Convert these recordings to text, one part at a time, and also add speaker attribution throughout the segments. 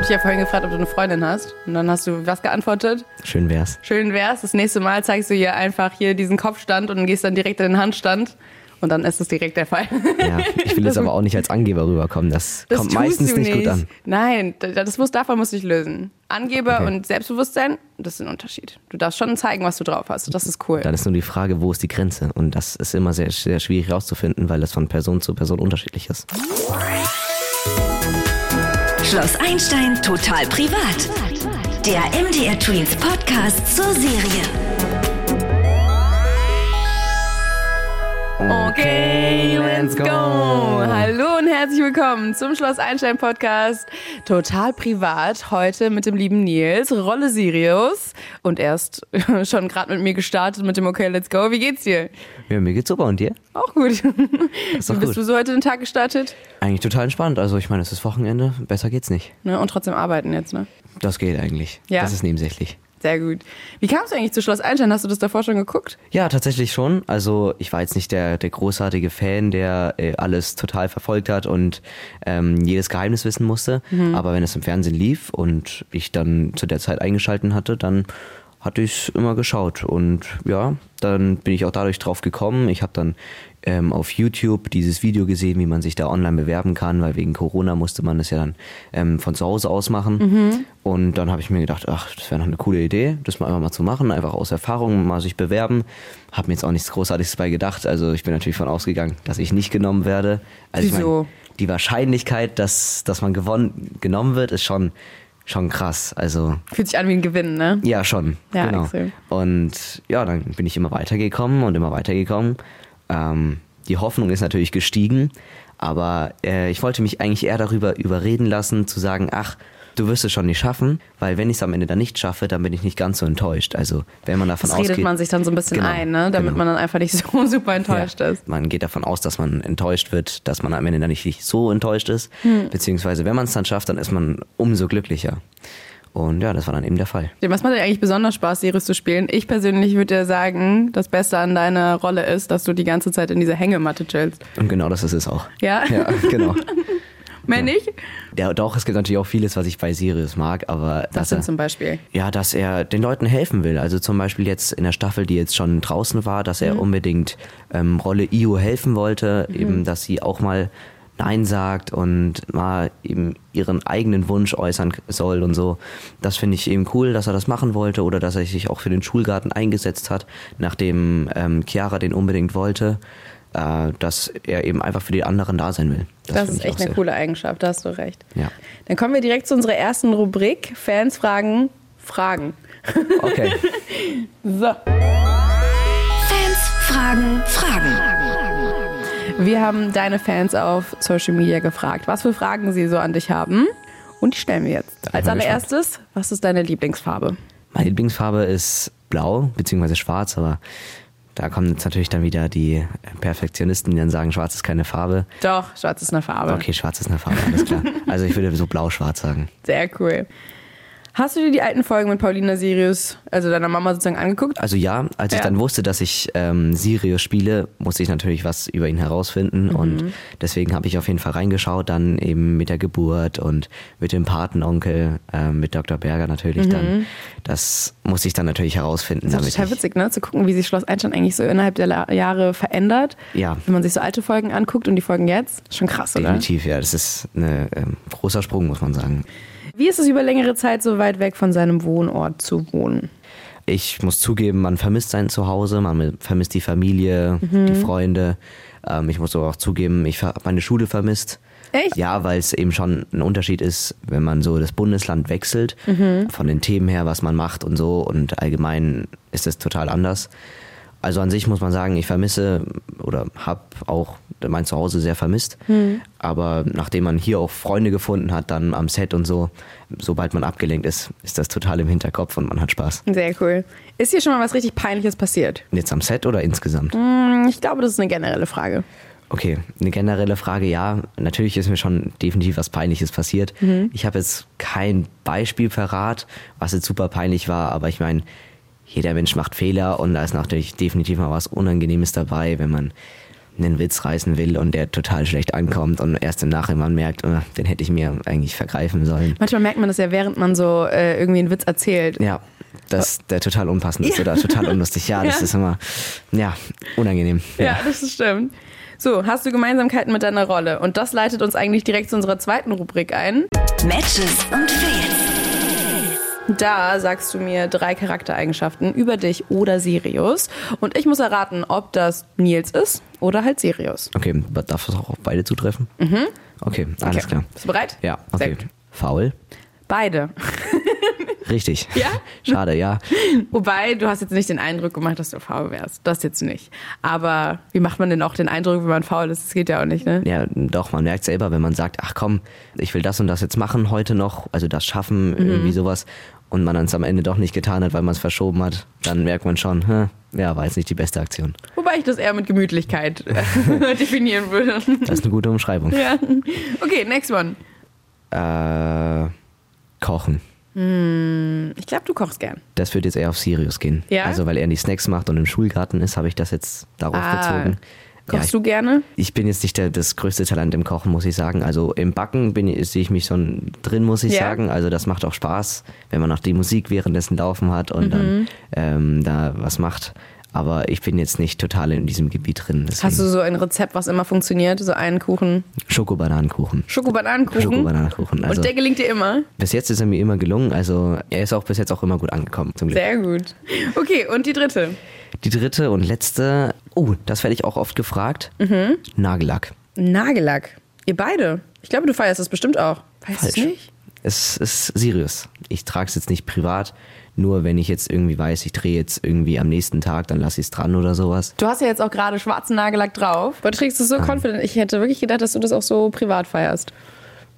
Speaker 1: dich ja vorhin gefragt, ob du eine Freundin hast. Und dann hast du was geantwortet?
Speaker 2: Schön wär's.
Speaker 1: Schön wär's. Das nächste Mal zeigst du ihr einfach hier diesen Kopfstand und gehst dann direkt in den Handstand. Und dann ist es direkt der Fall.
Speaker 2: Ja, ich will jetzt aber auch nicht als Angeber rüberkommen. Das,
Speaker 1: Das
Speaker 2: kommt
Speaker 1: tust
Speaker 2: meistens
Speaker 1: du
Speaker 2: nicht gut an.
Speaker 1: Nein, da- das muss, davon musst du dich lösen. Angeber
Speaker 2: Okay.
Speaker 1: und Selbstbewusstsein, das ist ein Unterschied. Du darfst schon zeigen, was du drauf hast. Das ist cool.
Speaker 2: Dann ist nur die Frage, wo ist die Grenze? Und das ist immer sehr, sehr schwierig rauszufinden, weil das von Person zu Person unterschiedlich ist.
Speaker 3: Schloss Einstein total privat. Der MDR Twins Podcast zur Serie.
Speaker 1: Okay, let's go. Hallo und herzlich willkommen zum Schloss Einstein Podcast. Total privat, heute mit dem lieben Nils, Rolle Sirius. Und erst schon gerade mit mir gestartet mit dem Okay, let's go. Wie geht's dir?
Speaker 2: Ja, mir geht's super. Und dir?
Speaker 1: Auch gut.
Speaker 2: Ist doch
Speaker 1: Wie bist
Speaker 2: gut.
Speaker 1: du so heute den Tag gestartet?
Speaker 2: Eigentlich total entspannt. Also ich meine, es ist Wochenende. Besser geht's nicht.
Speaker 1: Ne, und trotzdem arbeiten jetzt, ne?
Speaker 2: Das geht eigentlich.
Speaker 1: Ja.
Speaker 2: Das ist nebensächlich.
Speaker 1: Sehr gut. Wie kamst du eigentlich zu Schloss Einstein? Hast du das davor schon geguckt?
Speaker 2: Ja, tatsächlich schon. Also ich war jetzt nicht der, der großartige Fan, der äh, alles total verfolgt hat und ähm, jedes Geheimnis wissen musste. Aber wenn es im Fernsehen lief und ich dann zu der Zeit eingeschalten hatte, dann hatte ich immer geschaut. Und ja, dann bin ich auch dadurch drauf gekommen. Ich habe dann ähm, auf YouTube dieses Video gesehen, wie man sich da online bewerben kann, weil wegen Corona musste man das ja dann ähm, von zu Hause aus machen. Und dann habe ich mir gedacht, ach, das wäre noch eine coole Idee, das mal einfach mal zu machen, einfach aus Erfahrung mal sich bewerben. Habe mir jetzt auch nichts Großartiges bei gedacht. Also ich bin natürlich von ausgegangen, dass ich nicht genommen werde. Also
Speaker 1: Wieso?
Speaker 2: Ich mein, die Wahrscheinlichkeit, dass, dass man gewonnen, genommen wird, ist schon, schon krass. Also
Speaker 1: Fühlt sich an wie ein Gewinn, ne?
Speaker 2: ja, schon.
Speaker 1: Ja,
Speaker 2: genau.
Speaker 1: extrem.
Speaker 2: Und ja, dann bin ich immer weitergekommen und immer weitergekommen. Ähm, die Hoffnung ist natürlich gestiegen, aber äh, ich wollte mich eigentlich eher darüber überreden lassen, zu sagen, ach, du wirst es schon nicht schaffen, weil wenn ich es am Ende dann nicht schaffe, dann bin ich nicht ganz so enttäuscht. Also wenn man davon
Speaker 1: Das
Speaker 2: ausgeht,
Speaker 1: redet man sich dann so ein bisschen
Speaker 2: Genau,
Speaker 1: ein, ne? Damit
Speaker 2: genau.
Speaker 1: man dann einfach nicht so super enttäuscht
Speaker 2: ja.
Speaker 1: ist.
Speaker 2: Man geht davon aus, dass man enttäuscht wird, dass man am Ende dann nicht so enttäuscht ist.
Speaker 1: Hm.
Speaker 2: Beziehungsweise, wenn man es dann schafft, dann ist man umso glücklicher. Und ja, das war dann eben der Fall.
Speaker 1: Dem, Was macht dir eigentlich besonders Spaß, Sirius zu spielen? Ich persönlich würde dir sagen, das Beste an deiner Rolle ist, dass du die ganze Zeit in dieser Hängematte chillst.
Speaker 2: Und genau das ist es auch.
Speaker 1: Ja?
Speaker 2: Ja, genau.
Speaker 1: Mehr nicht?
Speaker 2: Ja, doch, es gibt natürlich auch vieles, was ich bei Sirius mag, aber
Speaker 1: Das
Speaker 2: dass
Speaker 1: sind
Speaker 2: er,
Speaker 1: zum Beispiel.
Speaker 2: ja, dass er den Leuten helfen will. Also zum Beispiel jetzt in der Staffel, die jetzt schon draußen war, dass er
Speaker 1: Mhm.
Speaker 2: unbedingt ähm, Rolle Io helfen wollte, eben, dass sie auch mal Nein sagt und mal eben ihren eigenen Wunsch äußern k- soll und so. Das finde ich eben cool, dass er das machen wollte oder dass er sich auch für den Schulgarten eingesetzt hat, nachdem ähm, Chiara den unbedingt wollte, äh, dass er eben einfach für die anderen da sein will.
Speaker 1: Das,
Speaker 2: finde
Speaker 1: ist
Speaker 2: ich auch
Speaker 1: echt eine
Speaker 2: sehr-
Speaker 1: coole Eigenschaft, da hast du recht.
Speaker 2: Ja.
Speaker 1: Dann kommen wir direkt zu unserer ersten Rubrik. Fans fragen Fragen.
Speaker 2: Okay.
Speaker 1: So.
Speaker 3: Fans fragen Fragen.
Speaker 1: Wir haben deine Fans auf Social Media gefragt, was für Fragen sie so an dich haben. Und die stellen wir jetzt.
Speaker 2: bin
Speaker 1: Als
Speaker 2: ich mal
Speaker 1: allererstes, was ist deine Lieblingsfarbe?
Speaker 2: Meine Lieblingsfarbe ist blau, beziehungsweise schwarz, aber da kommen jetzt natürlich dann wieder die Perfektionisten, die dann sagen, schwarz ist keine Farbe.
Speaker 1: Doch, schwarz ist eine Farbe.
Speaker 2: Okay, schwarz ist eine Farbe, alles klar. Also ich würde so blau-schwarz sagen.
Speaker 1: Sehr cool. Hast du dir die alten Folgen mit Paulina Sirius, also deiner Mama sozusagen, angeguckt?
Speaker 2: Also ja, als ich
Speaker 1: Ja.
Speaker 2: dann wusste, dass ich ähm, Sirius spiele, musste ich natürlich was über ihn herausfinden
Speaker 1: Mhm.
Speaker 2: und deswegen habe ich auf jeden Fall reingeschaut, dann eben mit der Geburt und mit dem Patenonkel, ähm, mit Dr. Berger natürlich dann. Das musste ich dann natürlich herausfinden.
Speaker 1: Mhm. Das
Speaker 2: damit
Speaker 1: ist total
Speaker 2: ich-
Speaker 1: witzig, ne? Zu gucken, wie sich Schloss Einstein eigentlich so innerhalb der La Jahre verändert.
Speaker 2: Ja.
Speaker 1: Wenn man sich so alte Folgen anguckt und die Folgen jetzt. Schon krass, oder?
Speaker 2: Definitiv, ja. Das ist ein ähm, großer Sprung, muss man sagen.
Speaker 1: Wie ist es über längere Zeit so weit weg von seinem Wohnort zu wohnen?
Speaker 2: Ich muss zugeben, man vermisst sein Zuhause, man vermisst die Familie, die Freunde. Ähm, ich muss aber auch zugeben, ich habe meine Schule vermisst.
Speaker 1: Echt?
Speaker 2: Ja, weil es eben schon ein Unterschied ist, wenn man so das Bundesland wechselt, von den Themen her, was man macht und so. Und allgemein ist es total anders. Also an sich muss man sagen, ich vermisse oder habe auch mein Zuhause sehr vermisst. Aber nachdem man hier auch Freunde gefunden hat, dann am Set und so, sobald man abgelenkt ist, ist das total im Hinterkopf und man hat Spaß.
Speaker 1: Sehr cool. Ist hier schon mal was richtig Peinliches passiert? Hm,
Speaker 2: Jetzt am Set oder insgesamt?
Speaker 1: Mhm. Ich glaube, das ist eine generelle Frage.
Speaker 2: Okay, eine generelle Frage, ja. Natürlich ist mir schon definitiv was Peinliches passiert.
Speaker 1: Mhm.
Speaker 2: Ich habe jetzt kein Beispiel parat, was jetzt super peinlich war, aber ich meine, jeder Mensch macht Fehler und da ist natürlich definitiv mal was Unangenehmes dabei, wenn man einen Witz reißen will und der total schlecht ankommt und erst im Nachhinein merkt, oh, den hätte ich mir eigentlich vergreifen sollen.
Speaker 1: Manchmal merkt man das ja, während man so äh, irgendwie einen Witz erzählt.
Speaker 2: Ja, dass der total unpassend ist oder total unlustig. Ja, das
Speaker 1: Ja.
Speaker 2: ist immer, ja, unangenehm.
Speaker 1: Ja, das stimmt. So, hast du Gemeinsamkeiten mit deiner Rolle? Und das leitet uns eigentlich direkt zu unserer zweiten Rubrik ein.
Speaker 3: Matches und Fails.
Speaker 1: Da sagst du mir drei Charaktereigenschaften über dich oder Sirius. Und ich muss erraten, ob das Nils ist oder halt Sirius.
Speaker 2: Okay, darf das auch auf beide zutreffen? Mhm. Okay, alles
Speaker 1: Okay.
Speaker 2: klar.
Speaker 1: Bist du bereit?
Speaker 2: Ja,
Speaker 1: Sehr
Speaker 2: okay.
Speaker 1: gut.
Speaker 2: Faul?
Speaker 1: Beide.
Speaker 2: Richtig.
Speaker 1: Ja?
Speaker 2: Schade, ja.
Speaker 1: Wobei, du hast jetzt nicht den Eindruck gemacht, dass du faul wärst. Das jetzt nicht. Aber wie macht man denn auch den Eindruck, wenn man faul ist? Das geht ja auch nicht, ne?
Speaker 2: Ja, doch, man merkt selber, wenn man sagt, ach komm, ich will das und das jetzt machen heute noch, also das schaffen,
Speaker 1: Mhm.
Speaker 2: irgendwie sowas, und man dann es am Ende doch nicht getan hat, weil man es verschoben hat, dann merkt man schon, hä, ja, war jetzt nicht die beste Aktion.
Speaker 1: Wobei ich das eher mit Gemütlichkeit äh, definieren würde.
Speaker 2: Das ist eine gute Umschreibung.
Speaker 1: ja. Okay, next one.
Speaker 2: Äh, kochen.
Speaker 1: Ich glaube, du kochst gern.
Speaker 2: Das wird jetzt eher auf Sirius gehen.
Speaker 1: Ja?
Speaker 2: Also, weil er die Snacks macht und im Schulgarten ist, habe ich das jetzt darauf
Speaker 1: Ah,
Speaker 2: bezogen. Ja,
Speaker 1: Kochst
Speaker 2: ich-
Speaker 1: du gerne?
Speaker 2: ich bin jetzt nicht der, das größte Talent im Kochen, muss ich sagen. Also im Backen bin, ich- sehe ich mich schon drin, muss ich
Speaker 1: Ja.
Speaker 2: sagen. Also das macht auch Spaß, wenn man noch die Musik währenddessen laufen hat und
Speaker 1: Mhm.
Speaker 2: dann ähm, da was macht. Aber ich bin jetzt nicht total in diesem Gebiet drin.
Speaker 1: Hast du
Speaker 2: Deswegen
Speaker 1: so ein Rezept, was immer funktioniert? So einen Kuchen?
Speaker 2: Schokobananenkuchen.
Speaker 1: Schokobananenkuchen?
Speaker 2: Schokobananenkuchen. Also
Speaker 1: Mhm. Und der gelingt dir immer?
Speaker 2: bis jetzt ist er mir immer gelungen. Also er ist auch bis jetzt auch immer gut angekommen, zum Glück.
Speaker 1: Sehr gut. Okay, und die dritte?
Speaker 2: Die dritte und letzte, oh, das werde ich auch oft gefragt.
Speaker 1: Mhm.
Speaker 2: Nagellack.
Speaker 1: Nagellack. Ihr beide. Ich glaube, du feierst das bestimmt auch. Feierst du es
Speaker 2: Falsch.
Speaker 1: nicht?
Speaker 2: Es ist Sirius. Ich trage es jetzt nicht privat, nur wenn ich jetzt irgendwie weiß, ich drehe jetzt irgendwie am nächsten Tag, dann lasse ich es dran oder sowas.
Speaker 1: Du hast ja jetzt auch gerade schwarzen Nagellack drauf. Aber du trägst es so
Speaker 2: Ah.
Speaker 1: confident. Ich hätte wirklich gedacht, dass du das auch so privat feierst.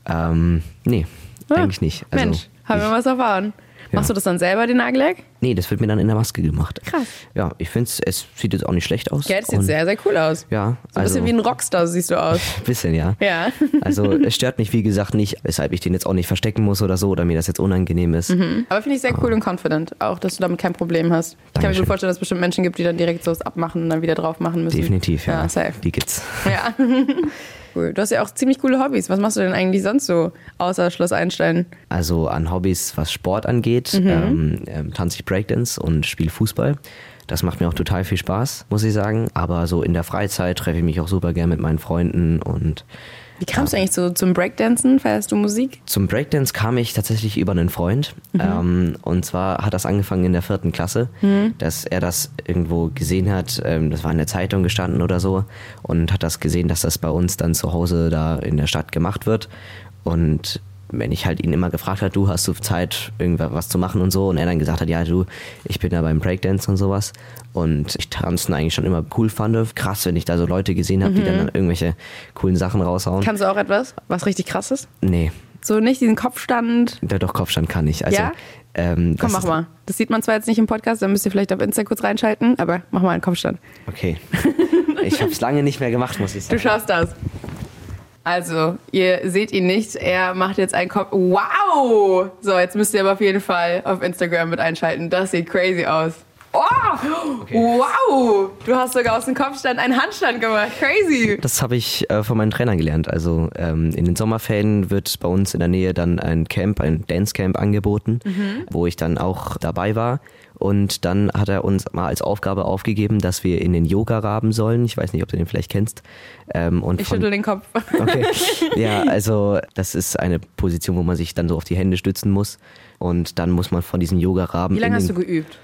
Speaker 2: Ähm, nee,
Speaker 1: Ah,
Speaker 2: eigentlich nicht. Also,
Speaker 1: Mensch, haben wir
Speaker 2: ich,
Speaker 1: was erfahren. Machst du das dann selber, den Nagellack?
Speaker 2: nee, das wird mir dann in der Maske gemacht.
Speaker 1: Krass.
Speaker 2: Ja, ich finde es, es sieht jetzt auch nicht schlecht aus.
Speaker 1: Ja, das sieht
Speaker 2: Und-
Speaker 1: sehr, sehr cool aus.
Speaker 2: Ja,
Speaker 1: So ein
Speaker 2: also,
Speaker 1: bisschen wie ein Rockstar siehst du aus.
Speaker 2: bisschen, ja.
Speaker 1: Ja.
Speaker 2: Also es stört mich, wie gesagt, nicht, weshalb ich den jetzt auch nicht verstecken muss oder so oder mir das jetzt unangenehm ist.
Speaker 1: Aber finde ich sehr cool und confident, auch dass du damit kein Problem hast. Ich kann mir gut
Speaker 2: Dankeschön.
Speaker 1: vorstellen, dass es bestimmt Menschen gibt, die dann direkt sowas abmachen und dann wieder drauf machen müssen.
Speaker 2: Definitiv, ja.
Speaker 1: Ja, safe.
Speaker 2: Die gibt's.
Speaker 1: Ja. cool. Du hast ja auch ziemlich coole Hobbys. Was machst du denn eigentlich sonst so, außer Schloss Einstein?
Speaker 2: Also an Hobbys, was Sport angeht, ähm, ähm, tanze ich Breakdance und spiele Fußball. Das macht mir auch total viel Spaß, muss ich sagen. Aber so in der Freizeit treffe ich mich auch super gern mit meinen Freunden. Und
Speaker 1: Wie kamst du eigentlich so zum Breakdancen? Feierst du Musik?
Speaker 2: zum Breakdance kam ich tatsächlich über einen Freund. Ähm, und zwar hat das angefangen in der vierten Klasse, dass er das irgendwo gesehen hat. Ähm, das war in der Zeitung gestanden oder so. Und hat das gesehen, dass das bei uns dann zu Hause da in der Stadt gemacht wird. Und wenn ich halt ihn immer gefragt hat, du hast du Zeit, irgendwas was zu machen und so, und er dann gesagt hat, ja, du, ich bin da beim Breakdance und sowas. Und ich Tanzen eigentlich schon immer cool fand. Krass, wenn ich da so Leute gesehen habe, die dann irgendwelche coolen Sachen raushauen.
Speaker 1: Kannst du auch etwas, was richtig krass ist?
Speaker 2: nee,
Speaker 1: So nicht diesen Kopfstand.
Speaker 2: ja, doch, Kopfstand kann ich. Also,
Speaker 1: Ja? Komm,
Speaker 2: ähm, das
Speaker 1: mach
Speaker 2: ist-
Speaker 1: mal. Das sieht man zwar jetzt nicht im Podcast, dann müsst ihr vielleicht auf Insta kurz reinschalten, aber mach mal einen Kopfstand.
Speaker 2: Okay. ich habe es lange nicht mehr gemacht, muss ich
Speaker 1: Du
Speaker 2: sagen.
Speaker 1: schaffst das. Also, ihr seht ihn nicht. Er macht jetzt einen Kopf. Wow! So, jetzt müsst ihr aber auf jeden Fall auf Instagram mit einschalten. Das sieht crazy aus. Oh! Wow! Du hast sogar aus dem Kopfstand einen Handstand gemacht. Crazy!
Speaker 2: Das habe ich äh, von meinen Trainern gelernt. Also ähm, in den Sommerferien wird bei uns in der Nähe dann ein Camp, ein Dance-Camp angeboten,
Speaker 1: Mhm.
Speaker 2: wo ich dann auch dabei war. Und dann hat er uns mal als Aufgabe aufgegeben, dass wir in den Yoga raben sollen. Ich weiß nicht, ob du den vielleicht kennst. Ähm, und
Speaker 1: Ich
Speaker 2: von-
Speaker 1: schüttel den Kopf.
Speaker 2: Okay. Ja, also das ist eine Position, wo man sich dann so auf die Hände stützen muss. Und dann muss man von diesem Yoga-Raben.
Speaker 1: Wie lange
Speaker 2: in
Speaker 1: hast
Speaker 2: den
Speaker 1: du geübt?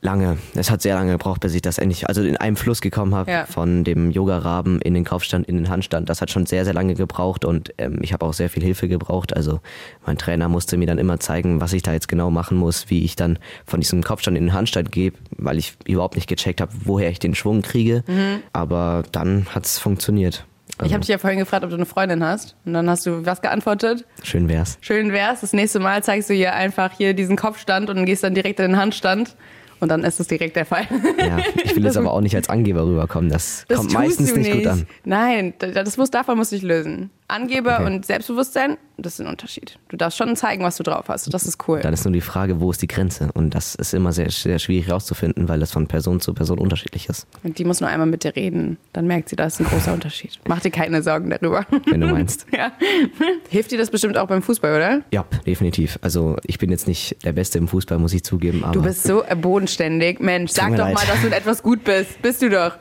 Speaker 2: Lange. Es hat sehr lange gebraucht, bis ich das endlich, also in einem Fluss gekommen habe,
Speaker 1: Ja.
Speaker 2: von dem Yoga-Raben in den Kaufstand, in den Handstand. Das hat schon sehr, sehr lange gebraucht und ähm, ich habe auch sehr viel Hilfe gebraucht. Also mein Trainer musste mir dann immer zeigen, was ich da jetzt genau machen muss, wie ich dann von diesem Kopfstand in den Handstand gehe, weil ich überhaupt nicht gecheckt habe, woher ich den Schwung kriege. Aber dann hat's funktioniert.
Speaker 1: Mhm. Ich
Speaker 2: Also,
Speaker 1: habe dich ja vorhin gefragt, ob du eine Freundin hast. Und dann hast du was geantwortet.
Speaker 2: Also, schön wär's.
Speaker 1: Schön wär's. Das nächste Mal zeigst du ihr einfach hier diesen Kopfstand und gehst dann direkt in den Handstand. Und dann ist es direkt der Fall.
Speaker 2: Ja, ich will
Speaker 1: Das-
Speaker 2: jetzt aber auch nicht als Angeber rüberkommen. Das,
Speaker 1: Das
Speaker 2: kommt
Speaker 1: tust
Speaker 2: meistens
Speaker 1: du
Speaker 2: nicht gut an.
Speaker 1: Nein, das muss, davon musst du dich lösen. Angeber
Speaker 2: Okay.
Speaker 1: und Selbstbewusstsein, das ist ein Unterschied. Du darfst schon zeigen, was du drauf hast. Das ist cool.
Speaker 2: Dann ist nur die Frage, wo ist die Grenze? Und das ist immer sehr, sehr schwierig rauszufinden, weil das von Person zu Person unterschiedlich ist.
Speaker 1: Und die muss nur einmal mit dir reden. Dann merkt sie, da ist ein großer Unterschied. Mach dir keine Sorgen darüber.
Speaker 2: Wenn du meinst.
Speaker 1: ja. Hilft dir das bestimmt auch beim Fußball, oder?
Speaker 2: Ja, definitiv. Also ich bin jetzt nicht der Beste im Fußball, muss ich zugeben, aber
Speaker 1: Du bist so äh, bodenständig. Mensch, sag
Speaker 2: mir
Speaker 1: doch
Speaker 2: leid.
Speaker 1: mal, dass du in etwas gut bist. Bist du doch.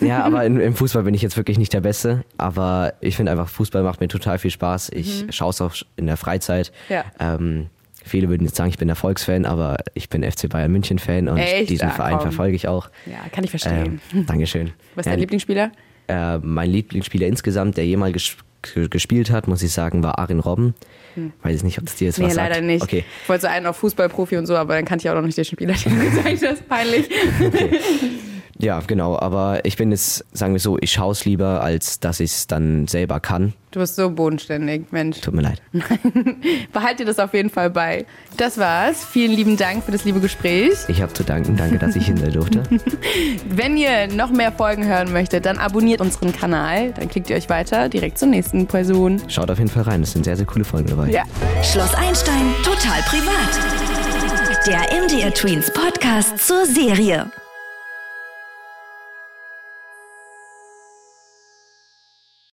Speaker 2: ja, aber in, im Fußball bin ich jetzt wirklich nicht der Beste. Aber ich finde einfach, Fußball macht mir total viel Spaß. Ich schaue es auch in der Freizeit.
Speaker 1: Mhm. Ja.
Speaker 2: Ähm, viele würden jetzt sagen, ich bin Erfolgsfan, aber ich bin FC Bayern München Fan und
Speaker 1: Echt?
Speaker 2: diesen
Speaker 1: Ah,
Speaker 2: Verein
Speaker 1: komm.
Speaker 2: verfolge ich auch.
Speaker 1: Ja, kann ich verstehen.
Speaker 2: Ähm, Dankeschön.
Speaker 1: Was ist dein
Speaker 2: Ja,
Speaker 1: Lieblingsspieler?
Speaker 2: Äh, mein Lieblingsspieler insgesamt, der jemals ges ge- gespielt hat, muss ich sagen, war Arin Robben. Weiß ich nicht, ob es dir jetzt
Speaker 1: Hm. Nee,
Speaker 2: was
Speaker 1: leider
Speaker 2: sagt.
Speaker 1: nicht.
Speaker 2: Okay.
Speaker 1: Ich wollte so einen auf Fußballprofi und so, aber dann kannte ich auch noch nicht den Spieler, den du gesagt hast. Peinlich.
Speaker 2: Ja, genau. Aber ich bin jetzt, sagen wir so, ich schaue es lieber, als dass ich es dann selber kann.
Speaker 1: Du bist so bodenständig, Mensch.
Speaker 2: Tut mir leid.
Speaker 1: Behalt dir das auf jeden Fall bei. Das war's. Vielen lieben Dank für das liebe Gespräch.
Speaker 2: Ich habe zu danken. Danke, dass ich hin sein durfte.
Speaker 1: Wenn ihr noch mehr Folgen hören möchtet, dann abonniert unseren Kanal. Dann klickt ihr euch weiter direkt zur nächsten Person.
Speaker 2: Schaut auf jeden Fall rein. Es sind sehr, sehr coole Folgen dabei.
Speaker 1: Ja.
Speaker 3: Schloss Einstein total privat. Der MDR Tweens Podcast zur Serie.